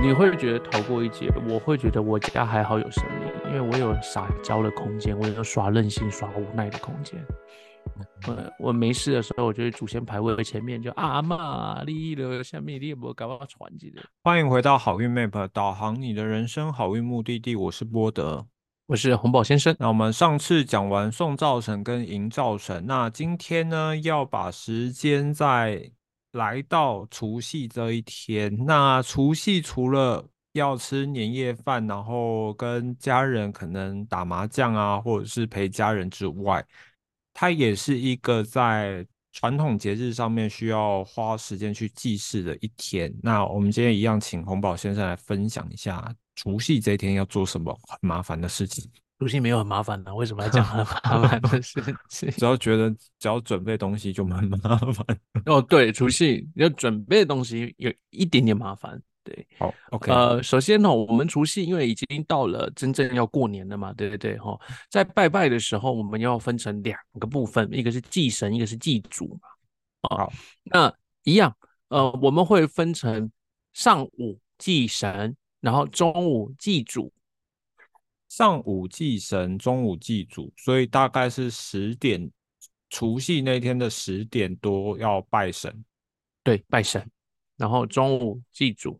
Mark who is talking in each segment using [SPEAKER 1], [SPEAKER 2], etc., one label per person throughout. [SPEAKER 1] 你会觉得逃过一劫，我会觉得我家还好有神明，因为我有撒娇的空间，我有耍任性、耍无奈的空间。我我没事的时候，我就会祖先牌位前面就阿啊妈你的下面你有没有搞我传记的？
[SPEAKER 2] 欢迎回到好运 Map，导航你的人生好运目的地。我是波德。
[SPEAKER 1] 我是红宝先生，
[SPEAKER 2] 那我们上次讲完送灶神跟迎灶神，那今天呢要把时间再来到除夕这一天。那除夕除了要吃年夜饭，然后跟家人可能打麻将啊，或者是陪家人之外，它也是一个在传统节日上面需要花时间去祭祀的一天。那我们今天一样，请红宝先生来分享一下除夕这一天要做什么很麻烦的事情。
[SPEAKER 1] 除夕没有很麻烦的，为什么要讲很麻烦的事情？
[SPEAKER 2] 只要觉得只要准备东西就蛮麻烦。
[SPEAKER 1] 哦，对，除夕要准备的东西有一点点麻烦。对，
[SPEAKER 2] 好，OK，
[SPEAKER 1] 呃，首先呢、我们除夕因为已经到了真正要过年了嘛，对对对哈、
[SPEAKER 2] 嗯
[SPEAKER 1] 吼在拜拜的时候，我们要分成两个部分，一个是祭神，一个是祭祖嘛。啊
[SPEAKER 2] 好，
[SPEAKER 1] 那一样，呃，我们会分成上午祭神，然后中午祭祖，
[SPEAKER 2] 上午祭神，中午祭祖，所以大概是十点，除夕那天的十点多要拜神。
[SPEAKER 1] 对，拜神，然后中午祭祖。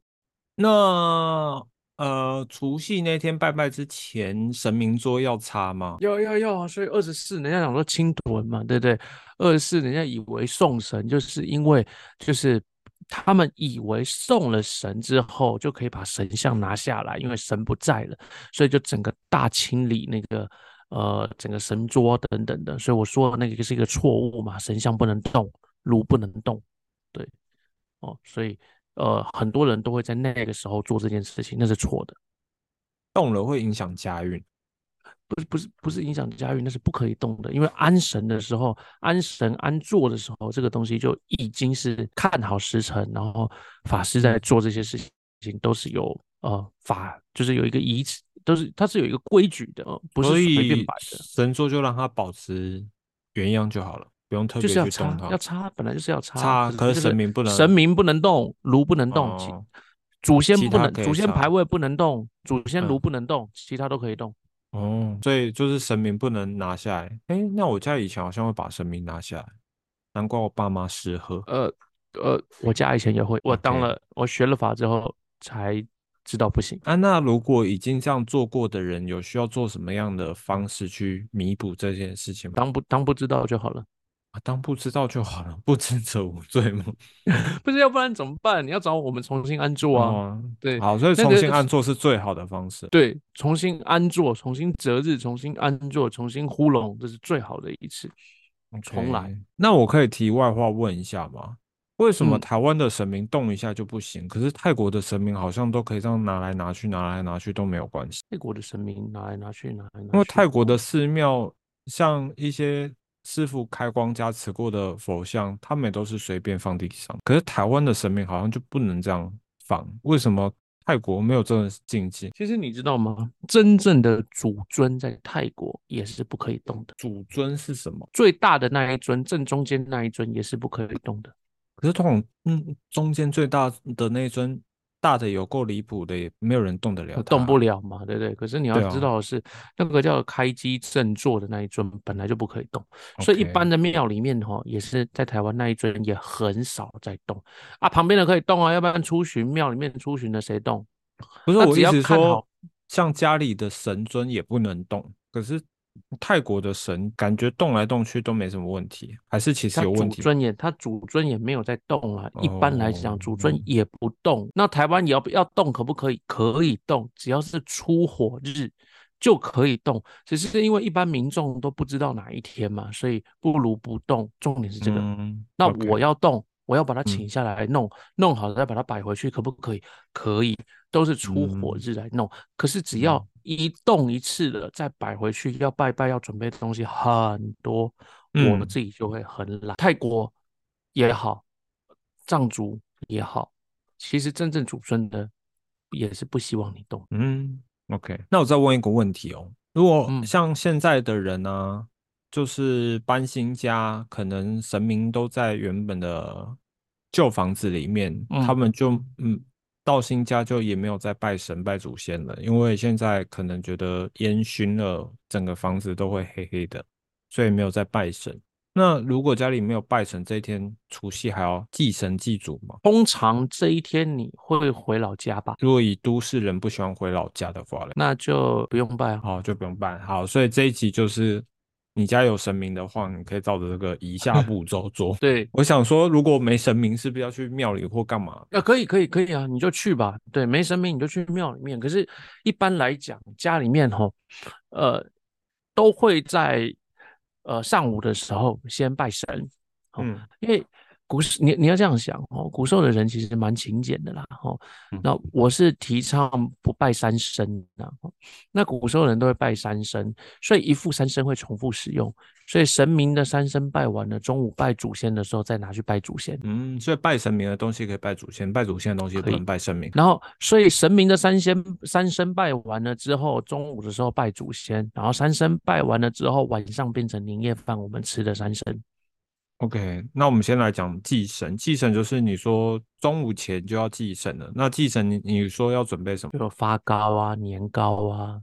[SPEAKER 2] 那呃，除夕那天拜拜之前，神明桌要擦吗？
[SPEAKER 1] 要要要啊！所以二十四，人家讲说清屯嘛，对不对？二十四，人家以为送神，就是因为就是他们以为送了神之后就可以把神像拿下来，因为神不在了，所以就整个大清理那个呃整个神桌等等的。所以我说那个是一个错误嘛，神像不能动，炉不能动，对，哦，所以呃很多人都会在那个时候做这件事情，那是错的。
[SPEAKER 2] 动了会影响家运。
[SPEAKER 1] 不是不是不是影响家运，那是不可以动的。因为安神的时候，安神安坐的时候，这个东西就已经是看好时辰，然后法师在做这些事情，都是有呃法，就是有一个仪式，都是它是有一个规矩的，呃不是
[SPEAKER 2] 所
[SPEAKER 1] 随便
[SPEAKER 2] 以
[SPEAKER 1] 摆的，
[SPEAKER 2] 神桌就让它保持原样就好了，不用特
[SPEAKER 1] 就
[SPEAKER 2] 别
[SPEAKER 1] 是
[SPEAKER 2] 去
[SPEAKER 1] 要
[SPEAKER 2] 动
[SPEAKER 1] 插
[SPEAKER 2] 它。
[SPEAKER 1] 要插，本来就是要插，
[SPEAKER 2] 插，可
[SPEAKER 1] 是就是
[SPEAKER 2] 神明不能，
[SPEAKER 1] 神明不能动，炉不能动，其
[SPEAKER 2] 哦
[SPEAKER 1] 祖先
[SPEAKER 2] 其
[SPEAKER 1] 不
[SPEAKER 2] 他
[SPEAKER 1] 能，
[SPEAKER 2] 可以
[SPEAKER 1] 祖先
[SPEAKER 2] 插
[SPEAKER 1] 牌位不能动，祖先
[SPEAKER 2] 嗯
[SPEAKER 1] 炉不能动，其他都可以动。
[SPEAKER 2] 哦，所以就是神明不能拿下来。哎，那我家以前好像会把神明拿下来，难怪我爸妈失和。
[SPEAKER 1] 呃呃，我家以前也会，我当
[SPEAKER 2] OK
[SPEAKER 1] 了我学了法之后才知道不行。
[SPEAKER 2] 啊，那如果已经这样做过的人，有需要做什么样的方式去弥补这件事情吗？
[SPEAKER 1] 当不当不知道就好了，
[SPEAKER 2] 啊当不知道就好了，不知者无罪嘛。
[SPEAKER 1] 不是要不然怎么办？你要找我们重新安坐啊，
[SPEAKER 2] 哦，
[SPEAKER 1] 对
[SPEAKER 2] 好，所以
[SPEAKER 1] 那
[SPEAKER 2] 重
[SPEAKER 1] 个
[SPEAKER 2] 新按做是最好的方式。
[SPEAKER 1] 对，重新安坐，重新择日，重新安坐，重新呼拢，这是最好的一次。重来
[SPEAKER 2] OK，那我可以题外话问一下吗？为什么
[SPEAKER 1] 嗯
[SPEAKER 2] 台湾的神明动一下就不行，可是泰国的神明好像都可以这样拿来拿去、拿来拿去都没有关系？
[SPEAKER 1] 泰国的神明拿来拿去，拿来拿去，
[SPEAKER 2] 因为泰国的寺庙，像一些师傅开光加持过的佛像，他们也都是随便放地上。可是台湾的神明好像就不能这样放，为什么泰国没有这种禁忌？
[SPEAKER 1] 其实你知道吗？真正的主尊在泰国也是不可以动的，
[SPEAKER 2] 主尊是什么？
[SPEAKER 1] 最大的那一尊，正中间那一尊也是不可以动的。
[SPEAKER 2] 可是通常，嗯，中间最大的那一尊，大的有够离谱的，也没有人动得了，
[SPEAKER 1] 呃动不。了嘛，对不对？可是你要
[SPEAKER 2] 对
[SPEAKER 1] 知
[SPEAKER 2] 啊
[SPEAKER 1] 道的是，那个叫开基正坐的那一尊本来就不可以动，所以一
[SPEAKER 2] OK
[SPEAKER 1] 般的庙里面哈、也是在台湾那一尊也很少在动啊，旁边的可以动啊，要不然出巡庙里面出巡的谁动？
[SPEAKER 2] 不是
[SPEAKER 1] 那
[SPEAKER 2] 我
[SPEAKER 1] 只
[SPEAKER 2] 意
[SPEAKER 1] 要
[SPEAKER 2] 思
[SPEAKER 1] 看
[SPEAKER 2] 说
[SPEAKER 1] 好，
[SPEAKER 2] 像家里的神尊也不能动，可是泰国的神感觉动来动去都没什么问题，还是其实
[SPEAKER 1] 他
[SPEAKER 2] 有
[SPEAKER 1] 主
[SPEAKER 2] 问题。
[SPEAKER 1] 尊也他主尊也没有在动啊，一般来讲主尊
[SPEAKER 2] 哦
[SPEAKER 1] 也不动。那台湾也要要动可不可以？可以动，只要是出火日。就可以动，只是因为一般民众都不知道哪一天嘛，所以不如不动。重点是这个，
[SPEAKER 2] 嗯
[SPEAKER 1] 那
[SPEAKER 2] OK
[SPEAKER 1] 我要动，我要把它
[SPEAKER 2] 嗯
[SPEAKER 1] 请下来弄，弄好了再把它摆回去，可不可以？可以，都是出火
[SPEAKER 2] 嗯
[SPEAKER 1] 日来弄。可是只要一动一次了，再摆回去，要拜拜要准备的东西很多，我
[SPEAKER 2] 嗯
[SPEAKER 1] 自己就会很懒。泰国也好，藏族也好，其实真正主尊的也是不希望你动。
[SPEAKER 2] 嗯，OK，那我再问一个问题哦，如果
[SPEAKER 1] 嗯
[SPEAKER 2] 像现在的人呢、就是搬新家，可能神明都在原本的旧房子里面，他
[SPEAKER 1] 嗯
[SPEAKER 2] 们就嗯到新家就也没有再拜神拜祖先了，因为现在可能觉得烟熏了，整个房子都会黑黑的，所以没有再拜神。那如果家里没有拜神，这一天除夕还要祭神祭祖吗？
[SPEAKER 1] 通常这一天你会回老家吧？
[SPEAKER 2] 如果以都市人不喜欢回老家的话嘞，
[SPEAKER 1] 那就不用拜啊。。
[SPEAKER 2] 好就不用办。好，所以这一集就是你家有神明的话，你可以照着这个以下步骤做
[SPEAKER 1] 对，
[SPEAKER 2] 我想说，如果没神明，是不是要去庙里或干嘛？
[SPEAKER 1] 啊，可以，可以，可以啊，你就去吧。对，没神明你就去庙里面。可是，一般来讲，家里面吼，呃，都会在呃上午的时候先拜神，哦
[SPEAKER 2] 嗯，
[SPEAKER 1] 因为古时你你要这样想哦，古时候的人其实蛮勤俭的啦。哦
[SPEAKER 2] 嗯，
[SPEAKER 1] 那我是提倡不拜三牲的、哦。那古时候人都会拜三牲，所以一副三牲会重复使用，所以神明的三牲拜完了，中午拜祖先的时候再拿去拜祖先。
[SPEAKER 2] 嗯，所以拜神明的东西可以拜祖先，拜祖先的东西不
[SPEAKER 1] 可以
[SPEAKER 2] 能拜神明。
[SPEAKER 1] 然后，所以神明的三仙三生拜完了之后，中午的时候拜祖先，然后三生拜完了之后，晚上变成年夜饭我们吃的三生。
[SPEAKER 2] OK，那我们先来讲祭神。祭神就是你说中午前就要祭神了。那祭神你你说要准备什么？
[SPEAKER 1] 就有发糕啊、年糕啊，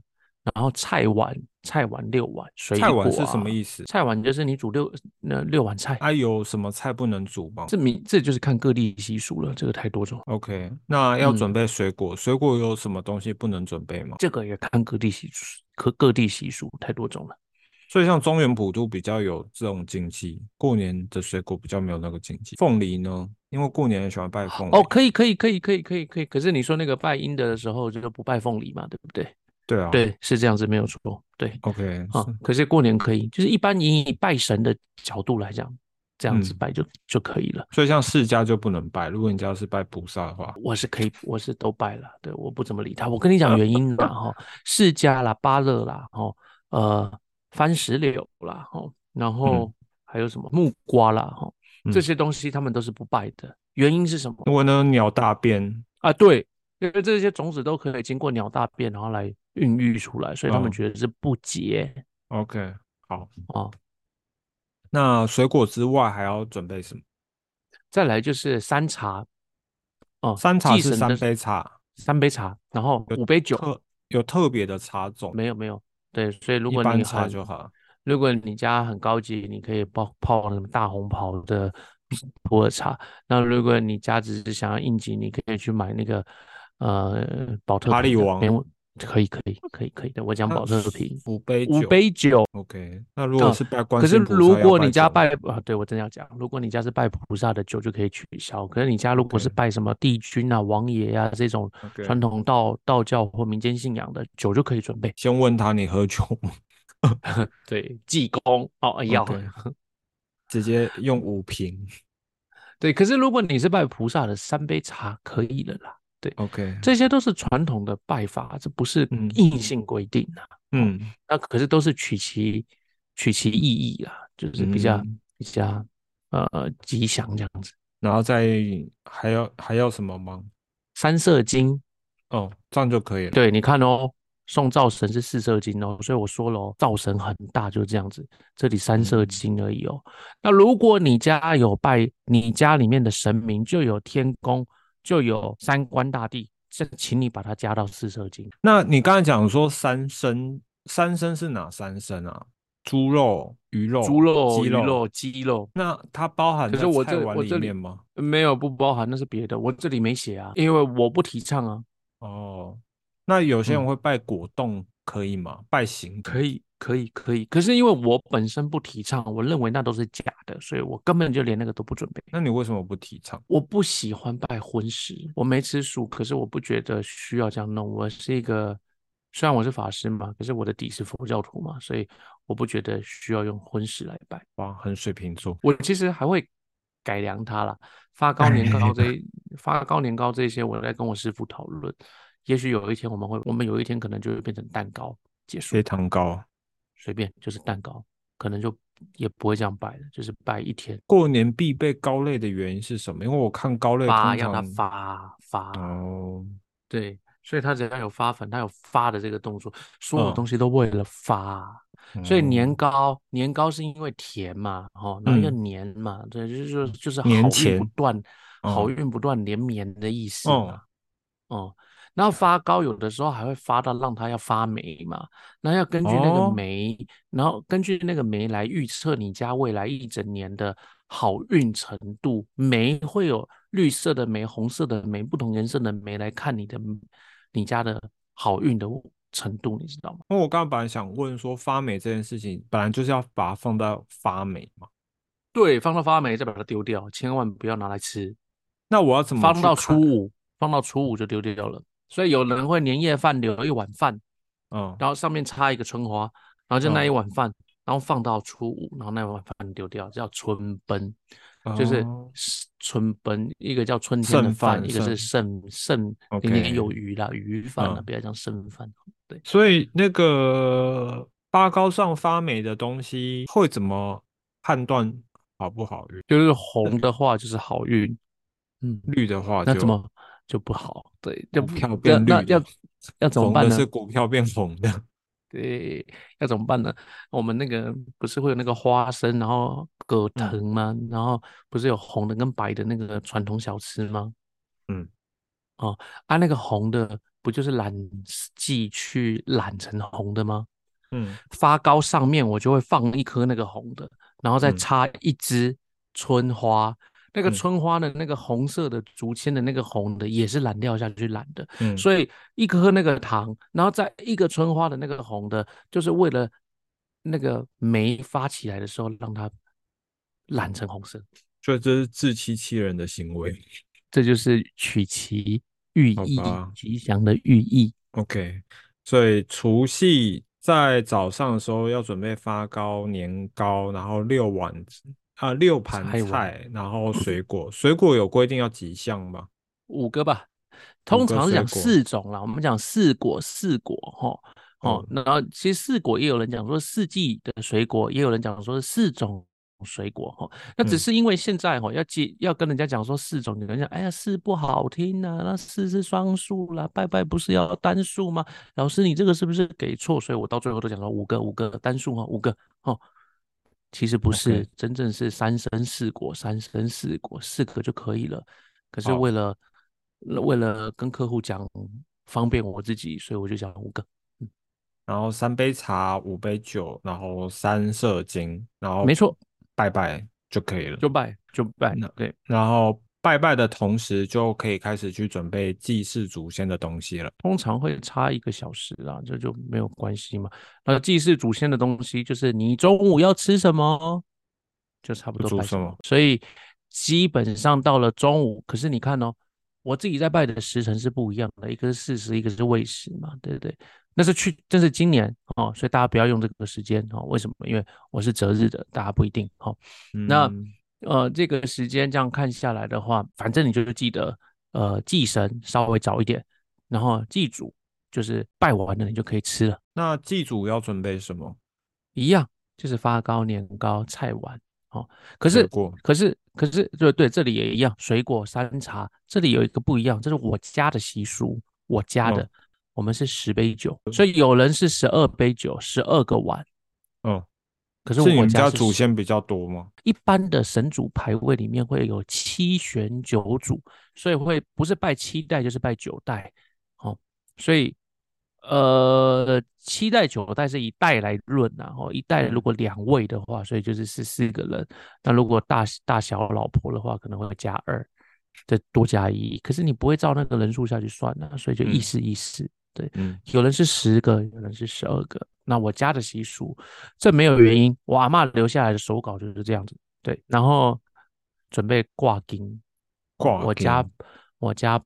[SPEAKER 1] 然后菜碗、菜碗六碗、水
[SPEAKER 2] 菜碗
[SPEAKER 1] 果
[SPEAKER 2] 是什么
[SPEAKER 1] 啊
[SPEAKER 2] 意思？
[SPEAKER 1] 菜碗就是你煮六那六碗菜，
[SPEAKER 2] 啊，有什么菜不能煮吗
[SPEAKER 1] 这明这就是看各地习俗了，这个太多种，
[SPEAKER 2] ？OK，那要
[SPEAKER 1] 嗯
[SPEAKER 2] 准备水果，水果有什么东西不能准备吗？
[SPEAKER 1] 这个也看各地习俗，各各地习俗太多种了。
[SPEAKER 2] 所以像中原普渡比较有这种禁忌，过年的水果比较没有那个禁忌。凤梨呢，因为过年很喜欢拜凤梨。
[SPEAKER 1] 哦，可以，可以，可以，可以，可以，可以。可是你说那个拜阴德的时候，就不拜凤梨嘛，对不对？
[SPEAKER 2] 对啊，
[SPEAKER 1] 对，是这样子，没有错。对，
[SPEAKER 2] ，OK，
[SPEAKER 1] 啊，可是过年可以，就是一般以拜神的角度来讲，这样子
[SPEAKER 2] 嗯
[SPEAKER 1] 拜就、就可以了。
[SPEAKER 2] 所以像释迦就不能拜，如果你家是拜菩萨的话，
[SPEAKER 1] 我是可以，我是都拜了，对，我不怎么理他。我跟你讲原因啦，哈，释迦啦、芭乐啦，哈，呃，番石榴啦，哈，然后还有什么木瓜啦，哈，这
[SPEAKER 2] 嗯
[SPEAKER 1] 些东西他们都是不拜的。原因是什么
[SPEAKER 2] 如果呢鸟大便，
[SPEAKER 1] 啊？对，因为这些种子都可以经过鸟大便，然后来孕育出来，所以他们
[SPEAKER 2] 嗯
[SPEAKER 1] 觉得是不洁
[SPEAKER 2] OK，好，
[SPEAKER 1] 哦。
[SPEAKER 2] 那水果之外还要准备什么？
[SPEAKER 1] 再来就是三茶，哦，
[SPEAKER 2] 三茶
[SPEAKER 1] 祭
[SPEAKER 2] 是
[SPEAKER 1] 神
[SPEAKER 2] 三
[SPEAKER 1] 的
[SPEAKER 2] 杯茶，
[SPEAKER 1] 三杯茶，然后
[SPEAKER 2] 有
[SPEAKER 1] 五杯酒，
[SPEAKER 2] 特有特别的茶种，
[SPEAKER 1] 没有没有，对，所以如
[SPEAKER 2] 一
[SPEAKER 1] 果
[SPEAKER 2] 般
[SPEAKER 1] 你
[SPEAKER 2] 茶
[SPEAKER 1] 很，
[SPEAKER 2] 就好。
[SPEAKER 1] 如果你家很高级，你可以泡泡那种大红袍的普洱茶。那如果你家只是想要应急，你可以去买那个呃宝特
[SPEAKER 2] 哈利
[SPEAKER 1] 瓶的，
[SPEAKER 2] 王
[SPEAKER 1] 没问，可以可以可以可以的，我讲
[SPEAKER 2] 那
[SPEAKER 1] 宝特瓶。
[SPEAKER 2] 五杯
[SPEAKER 1] 五
[SPEAKER 2] 酒
[SPEAKER 1] 杯酒，
[SPEAKER 2] ，OK。那如果
[SPEAKER 1] 啊
[SPEAKER 2] 是拜观
[SPEAKER 1] 可是
[SPEAKER 2] 世音菩萨，
[SPEAKER 1] 如
[SPEAKER 2] 要
[SPEAKER 1] 果你家
[SPEAKER 2] 酒吗
[SPEAKER 1] 拜啊，对我真的要讲，如果你家是拜菩萨的酒就可以取消。可是你家如果是
[SPEAKER 2] OK
[SPEAKER 1] 拜什么帝君啊、王爷啊这种
[SPEAKER 2] OK
[SPEAKER 1] 传统道道教或民间信仰的酒就可以准备。
[SPEAKER 2] 先问他你喝酒吗？
[SPEAKER 1] 对，济公哦要
[SPEAKER 2] OK 直接用五瓶
[SPEAKER 1] 对。可是如果你是拜菩萨的，三杯茶可以了啦。
[SPEAKER 2] ，OK。
[SPEAKER 1] 这些都是传统的拜法，这不是
[SPEAKER 2] 嗯
[SPEAKER 1] 硬性规定啊。
[SPEAKER 2] 嗯，
[SPEAKER 1] 那可是都是取其取其意义啦，就是比较、
[SPEAKER 2] 嗯
[SPEAKER 1] 比较呃吉祥这样子。
[SPEAKER 2] 然后再还要还要什么吗？
[SPEAKER 1] 三色经，
[SPEAKER 2] 哦，这样就可以了。
[SPEAKER 1] 对，你看哦，送灶神是四色金哦，所以我说了哦，灶神很大，就是这样子。这里三色
[SPEAKER 2] 嗯
[SPEAKER 1] 金而已哦。那如果你家有拜，你家里面的神明就有天公，就有三官大帝，这请你把它加到四色金。
[SPEAKER 2] 那你刚才讲说三牲，三牲是哪三牲啊？猪肉、鱼肉、
[SPEAKER 1] 猪肉、
[SPEAKER 2] 鸡
[SPEAKER 1] 鱼
[SPEAKER 2] 肉。
[SPEAKER 1] 肉、哦鸡肉，
[SPEAKER 2] 那它包含
[SPEAKER 1] 可
[SPEAKER 2] 在
[SPEAKER 1] 是我
[SPEAKER 2] 菜
[SPEAKER 1] 这
[SPEAKER 2] 碗
[SPEAKER 1] 我
[SPEAKER 2] 里
[SPEAKER 1] 这里
[SPEAKER 2] 面吗？
[SPEAKER 1] 没有不包含，那是别的，我这里没写啊，因为我不提倡啊。
[SPEAKER 2] 哦，那有些人
[SPEAKER 1] 嗯
[SPEAKER 2] 会拜果冻，可以吗？拜行的
[SPEAKER 1] 可以，可以，可以。可是因为我本身不提倡，我认为那都是假的，所以我根本就连那个都不准备。
[SPEAKER 2] 那你为什么不提倡？
[SPEAKER 1] 我不喜欢拜荤食，我没吃素，可是我不觉得需要这样弄。我是一个，虽然我是法师嘛，可是我的底是佛教徒嘛，所以我不觉得需要用荤食来拜。
[SPEAKER 2] 哇，很水瓶座。
[SPEAKER 1] 我其实还会改良它啦，发糕、年糕这一发糕、年糕这些，我在跟我师傅讨论。也许有一天我们会，我们有一天可能就会变成蛋糕结束
[SPEAKER 2] 非，常高。啊
[SPEAKER 1] 随便就是蛋糕，可能就也不会这样拜了，就是拜一天
[SPEAKER 2] 过年必备糕类的原因是什么？因为我看糕类
[SPEAKER 1] 发，
[SPEAKER 2] 通
[SPEAKER 1] 让它
[SPEAKER 2] 常
[SPEAKER 1] 发发。
[SPEAKER 2] 哦，
[SPEAKER 1] 对，所以他只要有发粉，他有发的这个动作，所有
[SPEAKER 2] 嗯
[SPEAKER 1] 东西都为了发。所以年
[SPEAKER 2] 嗯
[SPEAKER 1] 糕，年糕是因为甜嘛，哦，然后又
[SPEAKER 2] 嗯
[SPEAKER 1] 黏嘛，对，就是就是好
[SPEAKER 2] 年
[SPEAKER 1] 运不啊
[SPEAKER 2] 前
[SPEAKER 1] 断，好
[SPEAKER 2] 哦
[SPEAKER 1] 运不断连绵的意思
[SPEAKER 2] 哦
[SPEAKER 1] 嘛。哦、然后发糕有的时候还会发到让它要发霉嘛，那要根据那个
[SPEAKER 2] 哦
[SPEAKER 1] 霉，然后根据那个霉来预测你家未来一整年的好运程度。霉会有绿色的霉、红色的霉、不同颜色的霉来看你的你家的好运的程度，你知道吗？
[SPEAKER 2] 因为我刚刚本来想问说发霉这件事情，本来就是要把它放到发霉嘛。
[SPEAKER 1] 对，放到发霉再把它丢掉，千万不要拿来吃。
[SPEAKER 2] 那我要怎么
[SPEAKER 1] 放
[SPEAKER 2] 去
[SPEAKER 1] 到初
[SPEAKER 2] 看？
[SPEAKER 1] 五，放到初五就丢掉了。所以有人会年夜饭留一碗饭，
[SPEAKER 2] 嗯，
[SPEAKER 1] 然后上面插一个春花，然后就那一
[SPEAKER 2] 嗯
[SPEAKER 1] 碗饭，然后放到初五，然后那碗饭丢掉，叫春奔，就是
[SPEAKER 2] 哦
[SPEAKER 1] 是春奔，一个叫春天的
[SPEAKER 2] 剩
[SPEAKER 1] 饭，
[SPEAKER 2] 饭
[SPEAKER 1] 一个是剩剩年
[SPEAKER 2] OK
[SPEAKER 1] 年有余啦，余饭啦，
[SPEAKER 2] 嗯
[SPEAKER 1] 不要讲剩饭。对，
[SPEAKER 2] 所以那个发糕上发霉的东西会怎么判断好不好运？
[SPEAKER 1] 就是红的话就是好运，嗯，
[SPEAKER 2] 绿的话就
[SPEAKER 1] 那怎么就不好？对，要
[SPEAKER 2] 股
[SPEAKER 1] 不
[SPEAKER 2] 票
[SPEAKER 1] 要
[SPEAKER 2] 变绿
[SPEAKER 1] 那
[SPEAKER 2] 的，
[SPEAKER 1] 要要怎么
[SPEAKER 2] 红
[SPEAKER 1] 办
[SPEAKER 2] 的
[SPEAKER 1] 呢
[SPEAKER 2] 是？股票变红的。
[SPEAKER 1] 对，要怎么办呢？我们那个不是会有那个花生，然后葛
[SPEAKER 2] 嗯
[SPEAKER 1] 藤吗？然后不是有红的跟白的那个传统小吃吗？
[SPEAKER 2] 嗯，
[SPEAKER 1] 哦，啊，那个红的不就是染剂去染成红的吗？
[SPEAKER 2] 嗯，
[SPEAKER 1] 发糕上面我就会放一颗那个红的，然后再
[SPEAKER 2] 嗯
[SPEAKER 1] 插一支春花。那个
[SPEAKER 2] 嗯
[SPEAKER 1] 春花的那个红色的竹签的那个红的也是染料下去染的，
[SPEAKER 2] 嗯
[SPEAKER 1] 所以一颗那个糖，然后再一个春花的那个红的，就是为了那个霉发起来的时候让它染成红色，
[SPEAKER 2] 所以这是自欺欺人的行为。
[SPEAKER 1] 这就是取其寓
[SPEAKER 2] 好
[SPEAKER 1] 意
[SPEAKER 2] 吧
[SPEAKER 1] 吉祥的寓意。
[SPEAKER 2] OK，所以除夕在早上的时候要准备发糕、年糕，然后六碗啊、六盘
[SPEAKER 1] 菜碗
[SPEAKER 2] 菜，然后水果。水果有规定要几项吗？
[SPEAKER 1] 五个吧，
[SPEAKER 2] 五
[SPEAKER 1] 通
[SPEAKER 2] 个
[SPEAKER 1] 常
[SPEAKER 2] 水
[SPEAKER 1] 讲
[SPEAKER 2] 果
[SPEAKER 1] 四种啦，我们讲四果四果吼哦，
[SPEAKER 2] 嗯
[SPEAKER 1] 然后其实四果也有人讲说四季的水果，也有人讲说四种水果吼。那只
[SPEAKER 2] 嗯
[SPEAKER 1] 是因为现在吼要记要跟人家讲说四种，有人讲哎呀四不好听呐、那四是双数啦，拜拜不是要单数吗？老师你这个是不是给错？所以我到最后都讲说五个五个单数哈，五个哦。其实不
[SPEAKER 2] OK
[SPEAKER 1] 是真正是三生四果，三生四果四个就可以了。可是
[SPEAKER 2] 好
[SPEAKER 1] 为了呃为了跟客户讲方便我自己，所以我就讲五个。
[SPEAKER 2] 然后三杯茶、五杯酒，然后三色精，然后
[SPEAKER 1] 没错，
[SPEAKER 2] 拜拜就可以了。
[SPEAKER 1] 就拜就拜
[SPEAKER 2] 那，
[SPEAKER 1] 对，
[SPEAKER 2] 然后拜拜的同时，就可以开始去准备祭祀祖先的东西了。
[SPEAKER 1] 通常会差一个小时啊，这就没有关系嘛。那祭祀祖先的东西，就是你中午要吃什么，就差不多
[SPEAKER 2] 煮
[SPEAKER 1] 拜
[SPEAKER 2] 什么
[SPEAKER 1] 所以基本上到了中午，可是你看哦，我自己在拜的时辰是不一样的，一个是巳时，一个是未时嘛，对不对？那是去，这是今年哦，所以大家不要用这个时间哦。为什么？因为我是择日的，大家不一定哦。那
[SPEAKER 2] 嗯
[SPEAKER 1] 呃，这个时间这样看下来的话，反正你就是记得，呃，祭神稍微早一点，然后祭祖就是拜完了你就可以吃了，
[SPEAKER 2] 那祭祖要准备什么？
[SPEAKER 1] 一样就是发糕、年糕、菜丸哦。可
[SPEAKER 2] 水
[SPEAKER 1] 是
[SPEAKER 2] 果
[SPEAKER 1] 可是可是，对对，这里也一样，水果、山茶，这里有一个不一样，这是我家的习俗，我家的，
[SPEAKER 2] 嗯
[SPEAKER 1] 我们是十杯酒，所以有人是十二杯酒，十二个碗，
[SPEAKER 2] 嗯，
[SPEAKER 1] 可是
[SPEAKER 2] 是你
[SPEAKER 1] 我
[SPEAKER 2] 们家
[SPEAKER 1] 是
[SPEAKER 2] 祖
[SPEAKER 1] 10
[SPEAKER 2] 先比较多吗？
[SPEAKER 1] 一般的神主牌位里面会有七玄九主，所以会不是拜七代就是拜九代，哦，所以呃七代九代是以代来论呐、哦，一代如果两位的话，所以就是十四个人，那如果大大小老婆的话，可能会加二，再多加一，可是你不会照那个人数下去算呐、所以就意
[SPEAKER 2] 嗯
[SPEAKER 1] 思意思，对，
[SPEAKER 2] 嗯，
[SPEAKER 1] 有人是十个，有人是十二个。那我家的习俗，这没有原因，我阿嬷留下来的手稿就是这样子。对，然后准备挂金。
[SPEAKER 2] 挂
[SPEAKER 1] 我家
[SPEAKER 2] 金
[SPEAKER 1] 我家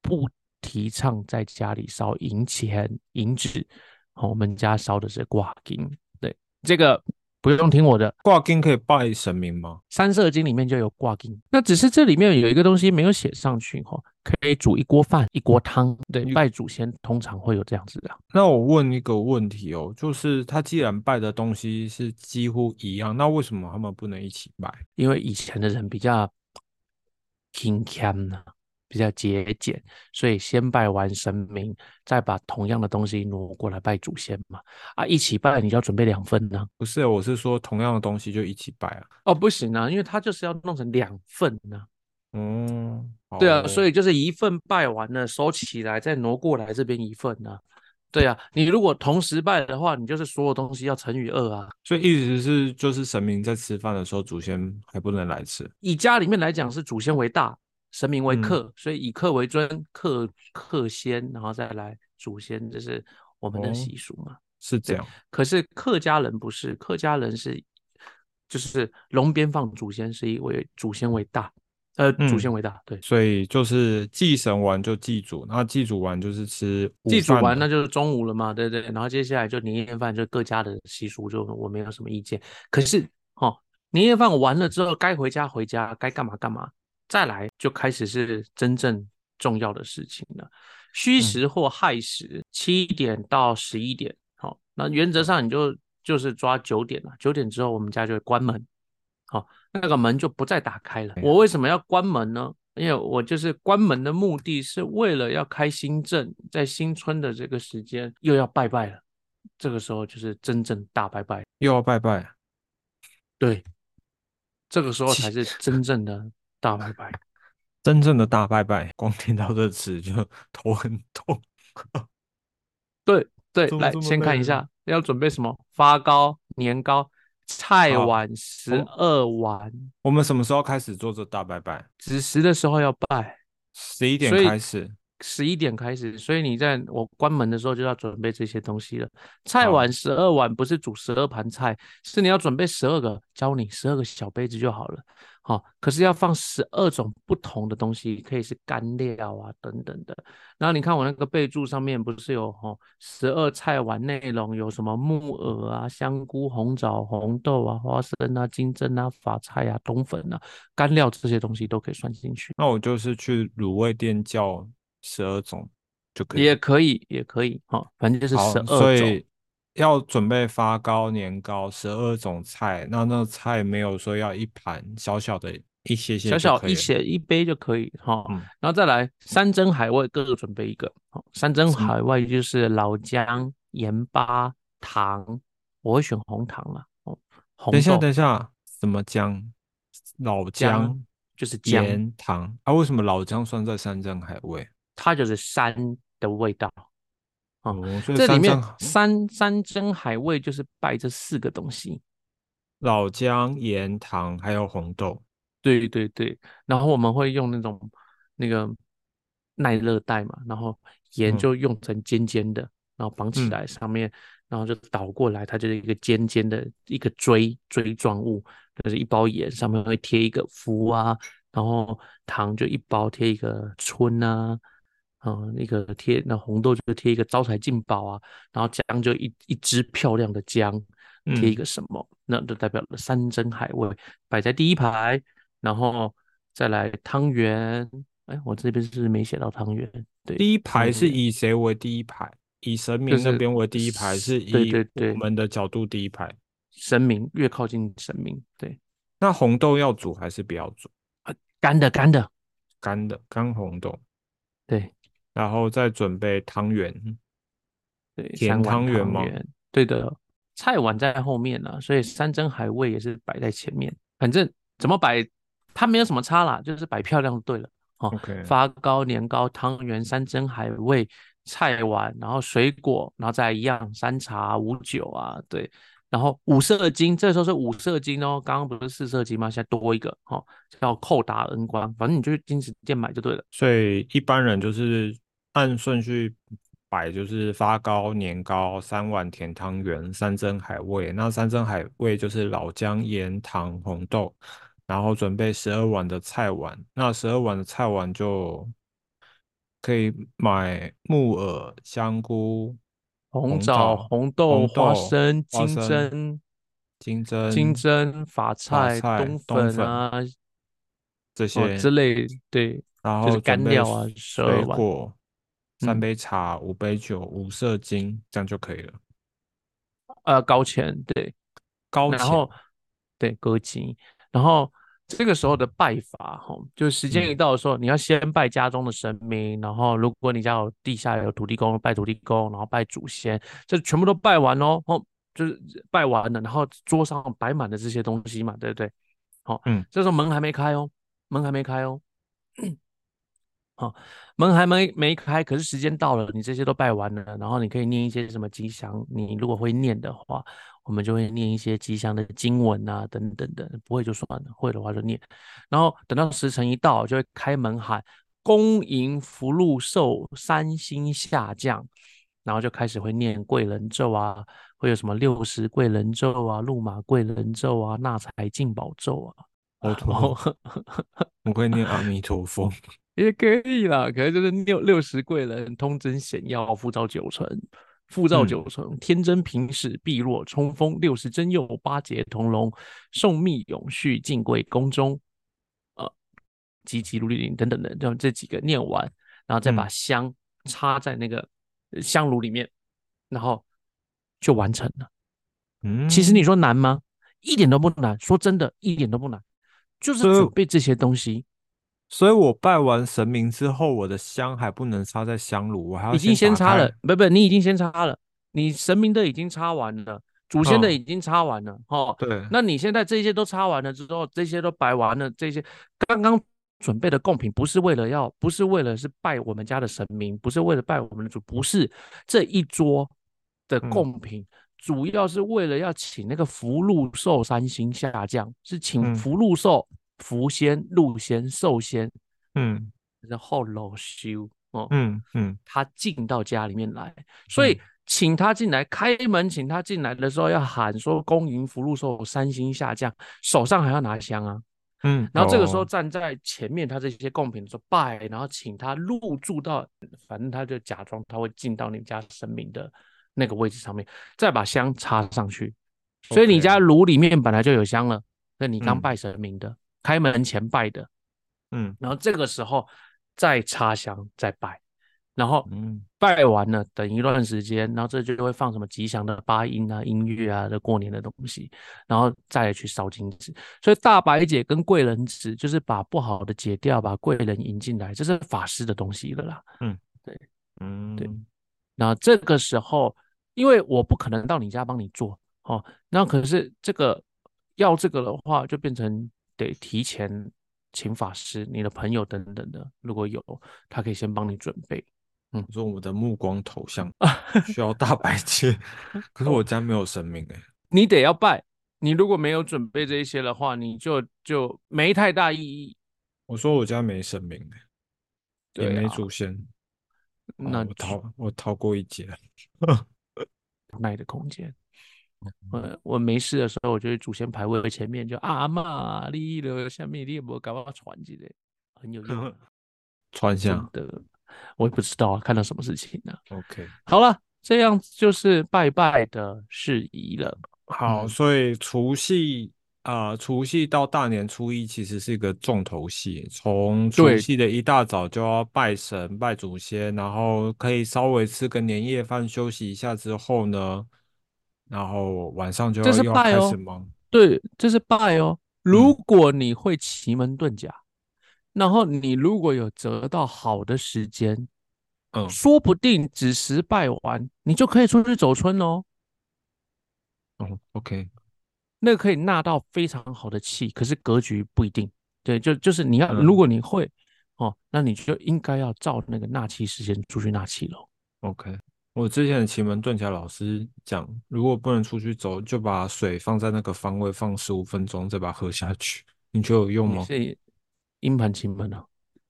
[SPEAKER 1] 不提倡在家里烧银钱、银纸，哦，我们家烧的是挂金。对，这个不用听我的，
[SPEAKER 2] 挂金可以拜神明吗？
[SPEAKER 1] 三色经里面就有挂金，那只是这里面有一个东西没有写上去哦，可以煮一锅饭、一锅汤。对，拜祖先通常会有这样子的。
[SPEAKER 2] 那我问一个问题哦，就是他既然拜的东西是几乎一样，那为什么他们不能一起拜？
[SPEAKER 1] 因为以前的人比较勤俭呢，比较节俭，所以先拜完神明，再把同样的东西挪过来拜祖先嘛。啊，一起拜你就要准备两份呢、
[SPEAKER 2] 不是，我是说同样的东西就一起拜啊。
[SPEAKER 1] 哦，不行啊，因为他就是要弄成两份呢、
[SPEAKER 2] 嗯，
[SPEAKER 1] 对啊，所
[SPEAKER 2] 以
[SPEAKER 1] 以就是一份拜完了，收起来，再挪过来这边一份呢、对啊，你如果同时拜的话，你就是所有东西要乘以二啊。
[SPEAKER 2] 所以意思是，就是神明在吃饭的时候，祖先还不能来吃。
[SPEAKER 1] 以家里面来讲，是祖先为大，神明
[SPEAKER 2] 嗯
[SPEAKER 1] 为客，所以以客为尊，客客先，然后再来祖先，这是我们
[SPEAKER 2] 哦
[SPEAKER 1] 的习俗嘛。
[SPEAKER 2] 是这样，
[SPEAKER 1] 可是客家人不是，客家人是就是龙边放祖先，是以为祖先为大，呃，祖
[SPEAKER 2] 嗯
[SPEAKER 1] 先为大，对。
[SPEAKER 2] 所以就是祭神完就祭祖，那祭祖完就是吃午
[SPEAKER 1] 祭祖
[SPEAKER 2] 饭
[SPEAKER 1] 完
[SPEAKER 2] 了
[SPEAKER 1] 那就是中午了嘛，对对，然后接下来就年夜饭，就各家的习俗，就我没有什么意见。可是哦，年夜饭完了之后，该回家回家，该干嘛干嘛，再来就开始是真正重要的事情了。虚
[SPEAKER 2] 嗯
[SPEAKER 1] 时或亥时，七点到十一点，好、那原则上你就就是抓九点了，九点之后我们家就会关门，哦好、那个门就不再打开了。
[SPEAKER 2] 哎呀
[SPEAKER 1] 我为什么要关门呢？因为我就是关门的目的是为了要开新政，在新春的这个时间又要拜拜了，这个时候就是真正大拜拜，
[SPEAKER 2] 又要拜拜。
[SPEAKER 1] 对，这个时候
[SPEAKER 2] 其
[SPEAKER 1] 才 是真正的大拜拜。
[SPEAKER 2] 真正的大拜拜，光听到这词就头很痛。
[SPEAKER 1] 对
[SPEAKER 2] 怎，么
[SPEAKER 1] 来
[SPEAKER 2] 这么
[SPEAKER 1] 先看
[SPEAKER 2] 累
[SPEAKER 1] 一
[SPEAKER 2] 呢
[SPEAKER 1] 下要准备什么，发糕、年糕、菜
[SPEAKER 2] 好
[SPEAKER 1] 碗十二碗，
[SPEAKER 2] 我们什么时候开始做这大拜拜？
[SPEAKER 1] 子时的时候要拜，
[SPEAKER 2] 十一点
[SPEAKER 1] 所以
[SPEAKER 2] 开始。
[SPEAKER 1] 十一点开始，所以你在我关门的时候就要准备这些东西了。菜
[SPEAKER 2] 好
[SPEAKER 1] 碗十二碗不是煮十二盘菜，是你要准备十二个，教你十二个小杯子就好了。好、可是要放十二种不同的东西，可以是干料啊等等的。然后你看我那个备注上面不是有哦，十二菜碗内容有什么木耳啊、香菇、红枣、红豆啊、花生啊、金针啊、法菜啊、冬粉啊、干料这些东西都可以算进去。
[SPEAKER 2] 那我就是去卤味店叫十二种就可以
[SPEAKER 1] 也
[SPEAKER 2] 了。
[SPEAKER 1] 可以，也可以，哈、反正就是
[SPEAKER 2] 好，
[SPEAKER 1] 十
[SPEAKER 2] 所
[SPEAKER 1] 二种。
[SPEAKER 2] 以要准备发糕、年糕，十二种菜。那那菜没有说要一盘小小的一些些
[SPEAKER 1] 小
[SPEAKER 2] 就
[SPEAKER 1] 小
[SPEAKER 2] 可
[SPEAKER 1] 一
[SPEAKER 2] 以了。
[SPEAKER 1] 些一杯就可以哈、
[SPEAKER 2] 嗯
[SPEAKER 1] 然后再来山珍海味各个准备一个，好、山珍
[SPEAKER 2] 什么
[SPEAKER 1] 海味就是老姜、盐巴、糖，我会选红糖啦，哦，红
[SPEAKER 2] 等一下，
[SPEAKER 1] 豆
[SPEAKER 2] 等一下，什么姜？老
[SPEAKER 1] 姜
[SPEAKER 2] 姜、
[SPEAKER 1] 就是姜，
[SPEAKER 2] 盐、糖啊？为什么老姜算在山珍海味？
[SPEAKER 1] 它就是山的味道。哦
[SPEAKER 2] 哦，所以
[SPEAKER 1] 这里
[SPEAKER 2] 山
[SPEAKER 1] 面
[SPEAKER 2] 珍海
[SPEAKER 1] 山山珍海味就是拜这四个东西，
[SPEAKER 2] 老姜、盐、糖还有红豆。
[SPEAKER 1] 对对对，然后我们会用那种那个耐热带嘛，然后盐
[SPEAKER 2] 嗯
[SPEAKER 1] 就用成尖尖的，然后绑起
[SPEAKER 2] 嗯
[SPEAKER 1] 来上面，然后就倒过来，它就是一个尖尖的一个锥锥状物，就是一包盐上面会贴一个福啊，然后糖就一包贴一个春啊，嗯，那个贴那红豆就贴一个招财进宝啊，然后姜就一一支漂亮的姜，贴一
[SPEAKER 2] 嗯
[SPEAKER 1] 个什么，那就代表了山珍海味摆在第一排，然后再来汤圆。哎，我这边是不是没写到汤圆，对，
[SPEAKER 2] 第一排
[SPEAKER 1] 汤
[SPEAKER 2] 是
[SPEAKER 1] 圆
[SPEAKER 2] 以谁为第一排？以神明
[SPEAKER 1] 嗯
[SPEAKER 2] 那
[SPEAKER 1] 是
[SPEAKER 2] 边为第一排，是
[SPEAKER 1] 对
[SPEAKER 2] 以
[SPEAKER 1] 对对
[SPEAKER 2] 我们的角度第一排。
[SPEAKER 1] 神明越靠近神明，对，
[SPEAKER 2] 那红豆要煮还是不要煮？
[SPEAKER 1] 干的干的，
[SPEAKER 2] 干的干红豆，
[SPEAKER 1] 对
[SPEAKER 2] 然后再准备汤圆。
[SPEAKER 1] 对，
[SPEAKER 2] 甜
[SPEAKER 1] 三碗
[SPEAKER 2] 汤圆吗
[SPEAKER 1] 汤圆，对的，菜碗在后面呢、所以山珍海味也是摆在前面，反正怎么摆，它没有什么差啦，就是摆漂亮就对了。哦
[SPEAKER 2] OK，
[SPEAKER 1] 发糕、年糕、汤圆、山珍海味、菜碗，然后水果，然后再一样山茶、五酒啊，对，然后五色金，这时候是五色金哦，刚刚不是四色金吗？现在多一个哦，叫扣达恩光，反正你就去金子店买就对了。
[SPEAKER 2] 所以一般人就是按顺序摆，就是发糕、年糕、三碗甜汤圆、山珍海味。那山珍海味就是老姜、盐、糖、红豆，然后准备十二碗的菜碗。那十二碗的菜碗就可以买木耳、香菇、
[SPEAKER 1] 红枣、
[SPEAKER 2] 枣、
[SPEAKER 1] 红豆、
[SPEAKER 2] 红
[SPEAKER 1] 花
[SPEAKER 2] 豆
[SPEAKER 1] 生、
[SPEAKER 2] 花
[SPEAKER 1] 金
[SPEAKER 2] 生
[SPEAKER 1] 针、
[SPEAKER 2] 金
[SPEAKER 1] 金
[SPEAKER 2] 针、
[SPEAKER 1] 针、法
[SPEAKER 2] 法
[SPEAKER 1] 菜、
[SPEAKER 2] 菜
[SPEAKER 1] 冬
[SPEAKER 2] 冬
[SPEAKER 1] 粉
[SPEAKER 2] 粉
[SPEAKER 1] 啊，
[SPEAKER 2] 这
[SPEAKER 1] 哦
[SPEAKER 2] 些
[SPEAKER 1] 之类，对，
[SPEAKER 2] 然
[SPEAKER 1] 就是
[SPEAKER 2] 后
[SPEAKER 1] 干
[SPEAKER 2] 准备
[SPEAKER 1] 料啊12
[SPEAKER 2] 水
[SPEAKER 1] 碗
[SPEAKER 2] 果、三
[SPEAKER 1] 嗯
[SPEAKER 2] 杯茶、五杯酒、五色精，这样就可以了。
[SPEAKER 1] 呃，高钱，对。
[SPEAKER 2] 高
[SPEAKER 1] 然
[SPEAKER 2] 钱
[SPEAKER 1] 后对歌姬，然后这个时候的拜法哈，就是时间一
[SPEAKER 2] 嗯
[SPEAKER 1] 到的时候，你要先拜家中的神明，然后如果你家有地下有土地公，拜土地公，然后拜祖先，这全部都拜完哦，哦，就是拜完了，然后桌上摆满了这些东西嘛，对不对？好、
[SPEAKER 2] 嗯
[SPEAKER 1] 这时候门还没开哦，门还没开哦， 好、门还没没开，可是时间到了，你这些都拜完了，然后你可以念一些什么吉祥，你如果会念的话，我们就会念一些吉祥的经文啊，等等的，不会就算了，会的话就念。然后等到时辰一到，就会开门喊“恭迎福禄寿，三星下降”，然后就开始会念贵人咒啊，会有什么六十贵人咒啊、路马贵人咒啊、纳财进宝咒啊，
[SPEAKER 2] 阿弥
[SPEAKER 1] 然
[SPEAKER 2] 陀
[SPEAKER 1] 后
[SPEAKER 2] 佛，。我会念阿弥陀佛。
[SPEAKER 1] 也可以啦，可能就是六六十贵人通真显要，复照九成，复照
[SPEAKER 2] 嗯
[SPEAKER 1] 九成，天真平始，必若冲锋，六十真佑，八节同龙，寿密永续，进贵宫中，呃，积极如律令等等的，让这几个念完，然后再把
[SPEAKER 2] 嗯
[SPEAKER 1] 香插在那个呃香炉里面，然后就完成了。
[SPEAKER 2] 嗯，
[SPEAKER 1] 其实你说难吗？一点都不难，说真的，一点都不难，就是
[SPEAKER 2] 所以
[SPEAKER 1] 准备这些东西，
[SPEAKER 2] 所以我拜完神明之后，我的香还不能插在香炉，我还要
[SPEAKER 1] 已经先
[SPEAKER 2] 打
[SPEAKER 1] 插
[SPEAKER 2] 开
[SPEAKER 1] 了，不不，你已经先插了，你神明的已经插完了，祖先的
[SPEAKER 2] 嗯
[SPEAKER 1] 已经插完了，哦，
[SPEAKER 2] 对，
[SPEAKER 1] 那你现在这些都插完了之后，这些都摆完了，这些刚刚准备的贡品不是为了要，不是为了是拜我们家的神明，不是为了拜我们的主，不是这一桌的
[SPEAKER 2] 嗯
[SPEAKER 1] 贡品。主要是为了要请那个福禄寿三星下降，是请
[SPEAKER 2] 嗯
[SPEAKER 1] 福禄寿、福仙、禄仙、寿仙，
[SPEAKER 2] 嗯
[SPEAKER 1] 然后老修哦，
[SPEAKER 2] 嗯嗯
[SPEAKER 1] 他进到家里面来，所以
[SPEAKER 2] 嗯
[SPEAKER 1] 请他进来，开门请他进来的时候要喊说“恭迎福禄寿，三星下降”，手上还要拿香啊。
[SPEAKER 2] 嗯，
[SPEAKER 1] 然后这个时候
[SPEAKER 2] 哦
[SPEAKER 1] 站在前面他这些贡品说拜，然后请他入住到，反正他就假装他会进到你们家神明的那个位置上面，再把香插上去。所以你
[SPEAKER 2] OK
[SPEAKER 1] 家炉里面本来就有香了，那你刚
[SPEAKER 2] 嗯
[SPEAKER 1] 拜神明的，开门前拜的，
[SPEAKER 2] 嗯
[SPEAKER 1] 然后这个时候再插香再拜，然后
[SPEAKER 2] 嗯
[SPEAKER 1] 拜完了，等一段时间，然后这就会放什么吉祥的八音啊、音乐啊的过年的东西，然后再去烧金纸。所以大白姐跟贵人纸就是把不好的解掉，把贵人引进来，这是法师的东西了啦。
[SPEAKER 2] 嗯，
[SPEAKER 1] 对那这个时候，因为我不可能到你家帮你做哦，那可是这个要这个的话，就变成得提前请法师、你的朋友等等的，如果有，他可以先帮你准备。
[SPEAKER 2] 我说我的目光投向
[SPEAKER 1] 啊
[SPEAKER 2] 需要大白 切，可是我家没有神明哎、
[SPEAKER 1] 你得要拜，你如果没有准备这一些的话，你就就没太大意义。
[SPEAKER 2] 我说我家没神明哎、也
[SPEAKER 1] 对
[SPEAKER 2] 没
[SPEAKER 1] 啊
[SPEAKER 2] 祖先，哦
[SPEAKER 1] 那
[SPEAKER 2] 我逃我逃过 一劫。
[SPEAKER 1] 耐的空间。我呃我没事的时候，我就去祖先牌位前面就啊阿妈，你留下面你也不赶快传之类，很有 用。
[SPEAKER 2] 穿
[SPEAKER 1] 真
[SPEAKER 2] 下
[SPEAKER 1] 的，我也不知道啊，看到什么事情呢、
[SPEAKER 2] ，OK，
[SPEAKER 1] 好了，这样就是拜拜的事宜了。
[SPEAKER 2] 好，
[SPEAKER 1] 嗯
[SPEAKER 2] 所以除夕啊、呃除夕到大年初一其实是一个重头戏，从除
[SPEAKER 1] 对
[SPEAKER 2] 夕的一大早就要拜神、拜祖先，然后可以稍微吃个年夜饭休息一下之后呢，然后晚上就
[SPEAKER 1] 这
[SPEAKER 2] 要
[SPEAKER 1] 是
[SPEAKER 2] 又要
[SPEAKER 1] 拜
[SPEAKER 2] 开
[SPEAKER 1] 哦
[SPEAKER 2] 始忙，
[SPEAKER 1] 对，这是拜哦。如果你会奇门遁甲，然后你如果有择到好的时间，
[SPEAKER 2] 嗯，
[SPEAKER 1] 说不定子时拜完，你就可以出去走春哦。
[SPEAKER 2] 哦，OK，
[SPEAKER 1] 那个可以纳到非常好的气，可是格局不一定。对，就就是你要，
[SPEAKER 2] 嗯
[SPEAKER 1] 如果你会哦，那你就应该要照那个纳气时间出去纳气喽。
[SPEAKER 2] OK，我之前的奇门遁甲老师讲，如果不能出去走，就把水放在那个方位放十五分钟，再把它喝下去。你觉得有用
[SPEAKER 1] 你
[SPEAKER 2] 吗？
[SPEAKER 1] 是阴盘奇门啊？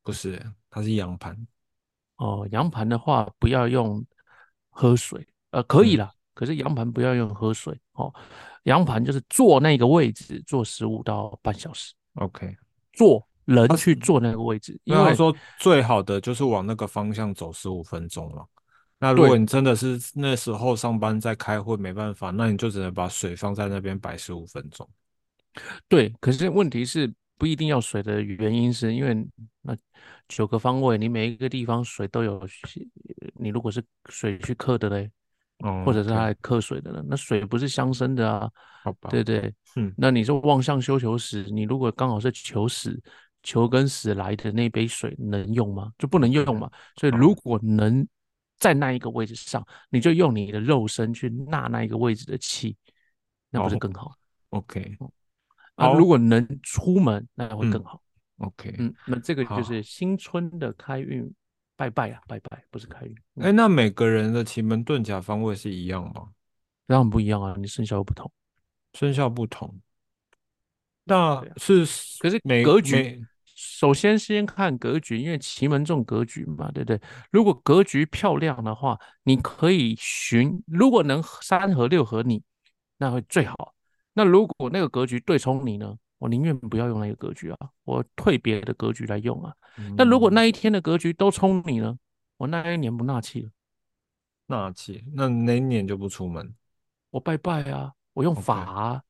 [SPEAKER 2] 不是欸，它是阳盘。
[SPEAKER 1] 哦，阳盘的话不要用喝水，呃，可以
[SPEAKER 2] 嗯
[SPEAKER 1] 啦，可是阳盘不要用喝水哦。阳盘就是坐那个位置坐十五到半小时，
[SPEAKER 2] OK，
[SPEAKER 1] 坐人
[SPEAKER 2] 他
[SPEAKER 1] 去坐那个位置，因
[SPEAKER 2] 啊嗯那他
[SPEAKER 1] 为
[SPEAKER 2] 说最好的就是往那个方向走十五分钟了。那如
[SPEAKER 1] 对
[SPEAKER 2] 果你真的是那时候上班在开会，没办法，那你就只能把水放在那边摆十五分钟。
[SPEAKER 1] 对，可是问题是不一定要水的原因，是因为那九个方位，你每一个地方水都有去，你如果是水去克的嘞，
[SPEAKER 2] 哦
[SPEAKER 1] 或者是它
[SPEAKER 2] ，OK，
[SPEAKER 1] 来克水的呢，那水不是相生的啊，
[SPEAKER 2] 好吧，
[SPEAKER 1] 对不对？
[SPEAKER 2] 嗯
[SPEAKER 1] 那你说望向修求时，你如果刚好是求死，求跟死来的那杯水能用吗？就不能
[SPEAKER 2] OK，
[SPEAKER 1] 用嘛。所以
[SPEAKER 2] 好
[SPEAKER 1] 如果能在那一个位置上，你就用你的肉身去纳那一个位置的气，那不是
[SPEAKER 2] 哦
[SPEAKER 1] 更好？
[SPEAKER 2] ，OK，
[SPEAKER 1] 啊，
[SPEAKER 2] 好
[SPEAKER 1] 如果能出门，那会
[SPEAKER 2] 嗯
[SPEAKER 1] 更好。
[SPEAKER 2] OK，
[SPEAKER 1] 嗯，那这个
[SPEAKER 2] 好
[SPEAKER 1] 就是新春的开运拜拜啊，拜拜不是开运，嗯
[SPEAKER 2] 哎，那每个人的奇门遁甲方位是一样吗？
[SPEAKER 1] 当然不一样啊，你生肖又不同，
[SPEAKER 2] 生肖不同，那
[SPEAKER 1] 对啊
[SPEAKER 2] 是
[SPEAKER 1] 可是
[SPEAKER 2] 每
[SPEAKER 1] 格局
[SPEAKER 2] 每
[SPEAKER 1] 首先先看格局，因为奇门重格局嘛，对不对？如果格局漂亮的话，你可以寻，如果能三合六合你，那会最好。那如果那个格局对冲你呢？我宁愿不要用那个格局啊，我退别的格局来用啊。那如果
[SPEAKER 2] 嗯
[SPEAKER 1] 那一天的格局都冲你呢？我那一年不纳气了，
[SPEAKER 2] 纳气，那哪一年就不出门？
[SPEAKER 1] 我拜拜啊，我用
[SPEAKER 2] OK
[SPEAKER 1] 法啊，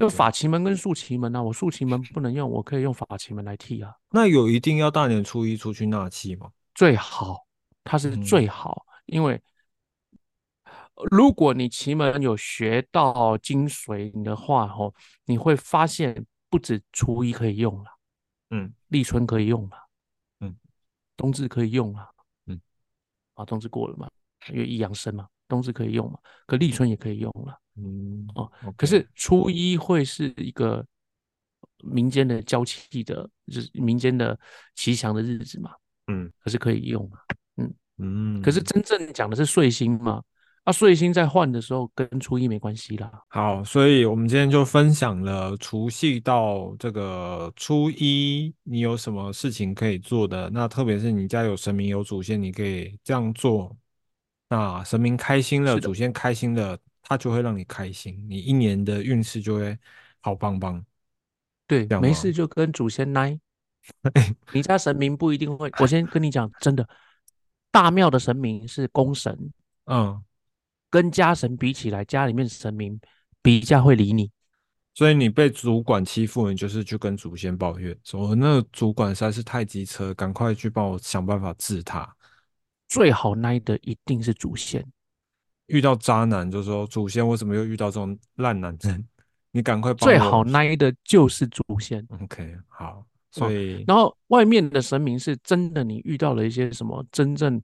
[SPEAKER 1] 用
[SPEAKER 2] OK
[SPEAKER 1] 法奇门跟竖奇门啊，我竖奇门不能用，我可以用法奇门来替啊。
[SPEAKER 2] 那有一定要大年初一出去纳气吗？
[SPEAKER 1] 最好，它是
[SPEAKER 2] 嗯
[SPEAKER 1] 最好，因为呃如果你奇门有学到精髓的话，吼，你会发现不止初一可以用了，
[SPEAKER 2] 嗯，
[SPEAKER 1] 立春可以用了，
[SPEAKER 2] 嗯，
[SPEAKER 1] 冬至可以用了，
[SPEAKER 2] 嗯，
[SPEAKER 1] 啊，冬至过了嘛，因为一阳生嘛，冬至可以用嘛，可立春也可以用了。
[SPEAKER 2] 嗯，
[SPEAKER 1] 哦
[SPEAKER 2] OK，
[SPEAKER 1] 可是初一会是一个民间的交替的，就是民间的吉祥的日子嘛，
[SPEAKER 2] 嗯，
[SPEAKER 1] 可是可以用啊。
[SPEAKER 2] 嗯，
[SPEAKER 1] 可是真正讲的是岁星嘛，啊，岁星在换的时候跟初一没关系啦。
[SPEAKER 2] 好，所以我们今天就分享了除夕到这个初一，你有什么事情可以做的？那特别是你家有神明有祖先，你可以这样做。那神明开心了，
[SPEAKER 1] 是的
[SPEAKER 2] 祖先开心了，他就会让你开心，你一年的运势就会好棒棒。
[SPEAKER 1] 对
[SPEAKER 2] 这，样
[SPEAKER 1] 没
[SPEAKER 2] 吗哎
[SPEAKER 1] 事就跟祖先 奶。你家神明不一定会，我先跟你讲，真的，大庙的神明是公神，
[SPEAKER 2] 嗯，
[SPEAKER 1] 跟家神比起来，家里面神明比较会理你。
[SPEAKER 2] 所以你被主管欺负，你就是去跟祖先抱怨，说哦那个主管实在是太机车，赶快去帮我想办法治他。
[SPEAKER 1] 最好奶的一定是祖先。
[SPEAKER 2] 遇到渣男就说祖先为什么又遇到这种烂男人？你赶快
[SPEAKER 1] 嗯
[SPEAKER 2] 帮
[SPEAKER 1] 最
[SPEAKER 2] 我
[SPEAKER 1] 好耐的就是祖先。
[SPEAKER 2] OK，好，所以
[SPEAKER 1] 然后外面的神明是真的，你遇到了一些什么真正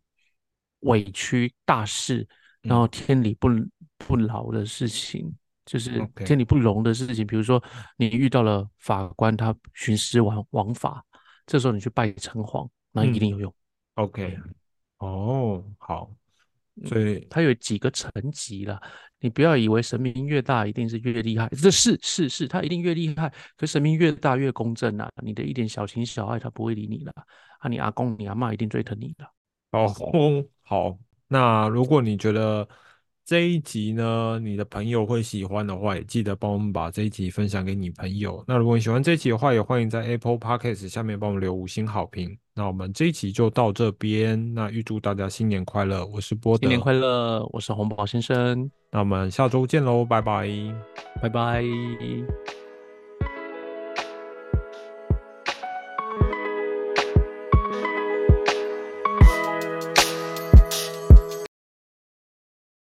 [SPEAKER 1] 委屈大事，然后天理不不饶的事情，就是
[SPEAKER 2] ，OK
[SPEAKER 1] 天理不容的事情。比如说你遇到了法官他徇私枉枉法，这时候你去拜城隍，那一定有用。
[SPEAKER 2] OK，哦，好，
[SPEAKER 1] 嗯
[SPEAKER 2] 所以
[SPEAKER 1] 它有几个层级啦，你不要以为神明越大一定是越厉害，这是是是，他一定越厉害。可神明越大越公正啊，你的一点小情小爱他不会理你啦，啊，你阿公你阿嬷一定最疼你的。
[SPEAKER 2] 哦， 好，那如果你觉得这一集呢，你的朋友会喜欢的话，也记得帮我们把这一集分享给你朋友。那如果你喜欢这一集的话，也欢迎在 Apple Podcast 下面帮我们留五星好评。那我们这一集就到这边，那预祝大家新年快乐，我是波
[SPEAKER 1] 新年
[SPEAKER 2] 德，
[SPEAKER 1] 快乐，我是红宝先生，
[SPEAKER 2] 那我们下周见喽，拜拜。
[SPEAKER 1] 拜拜。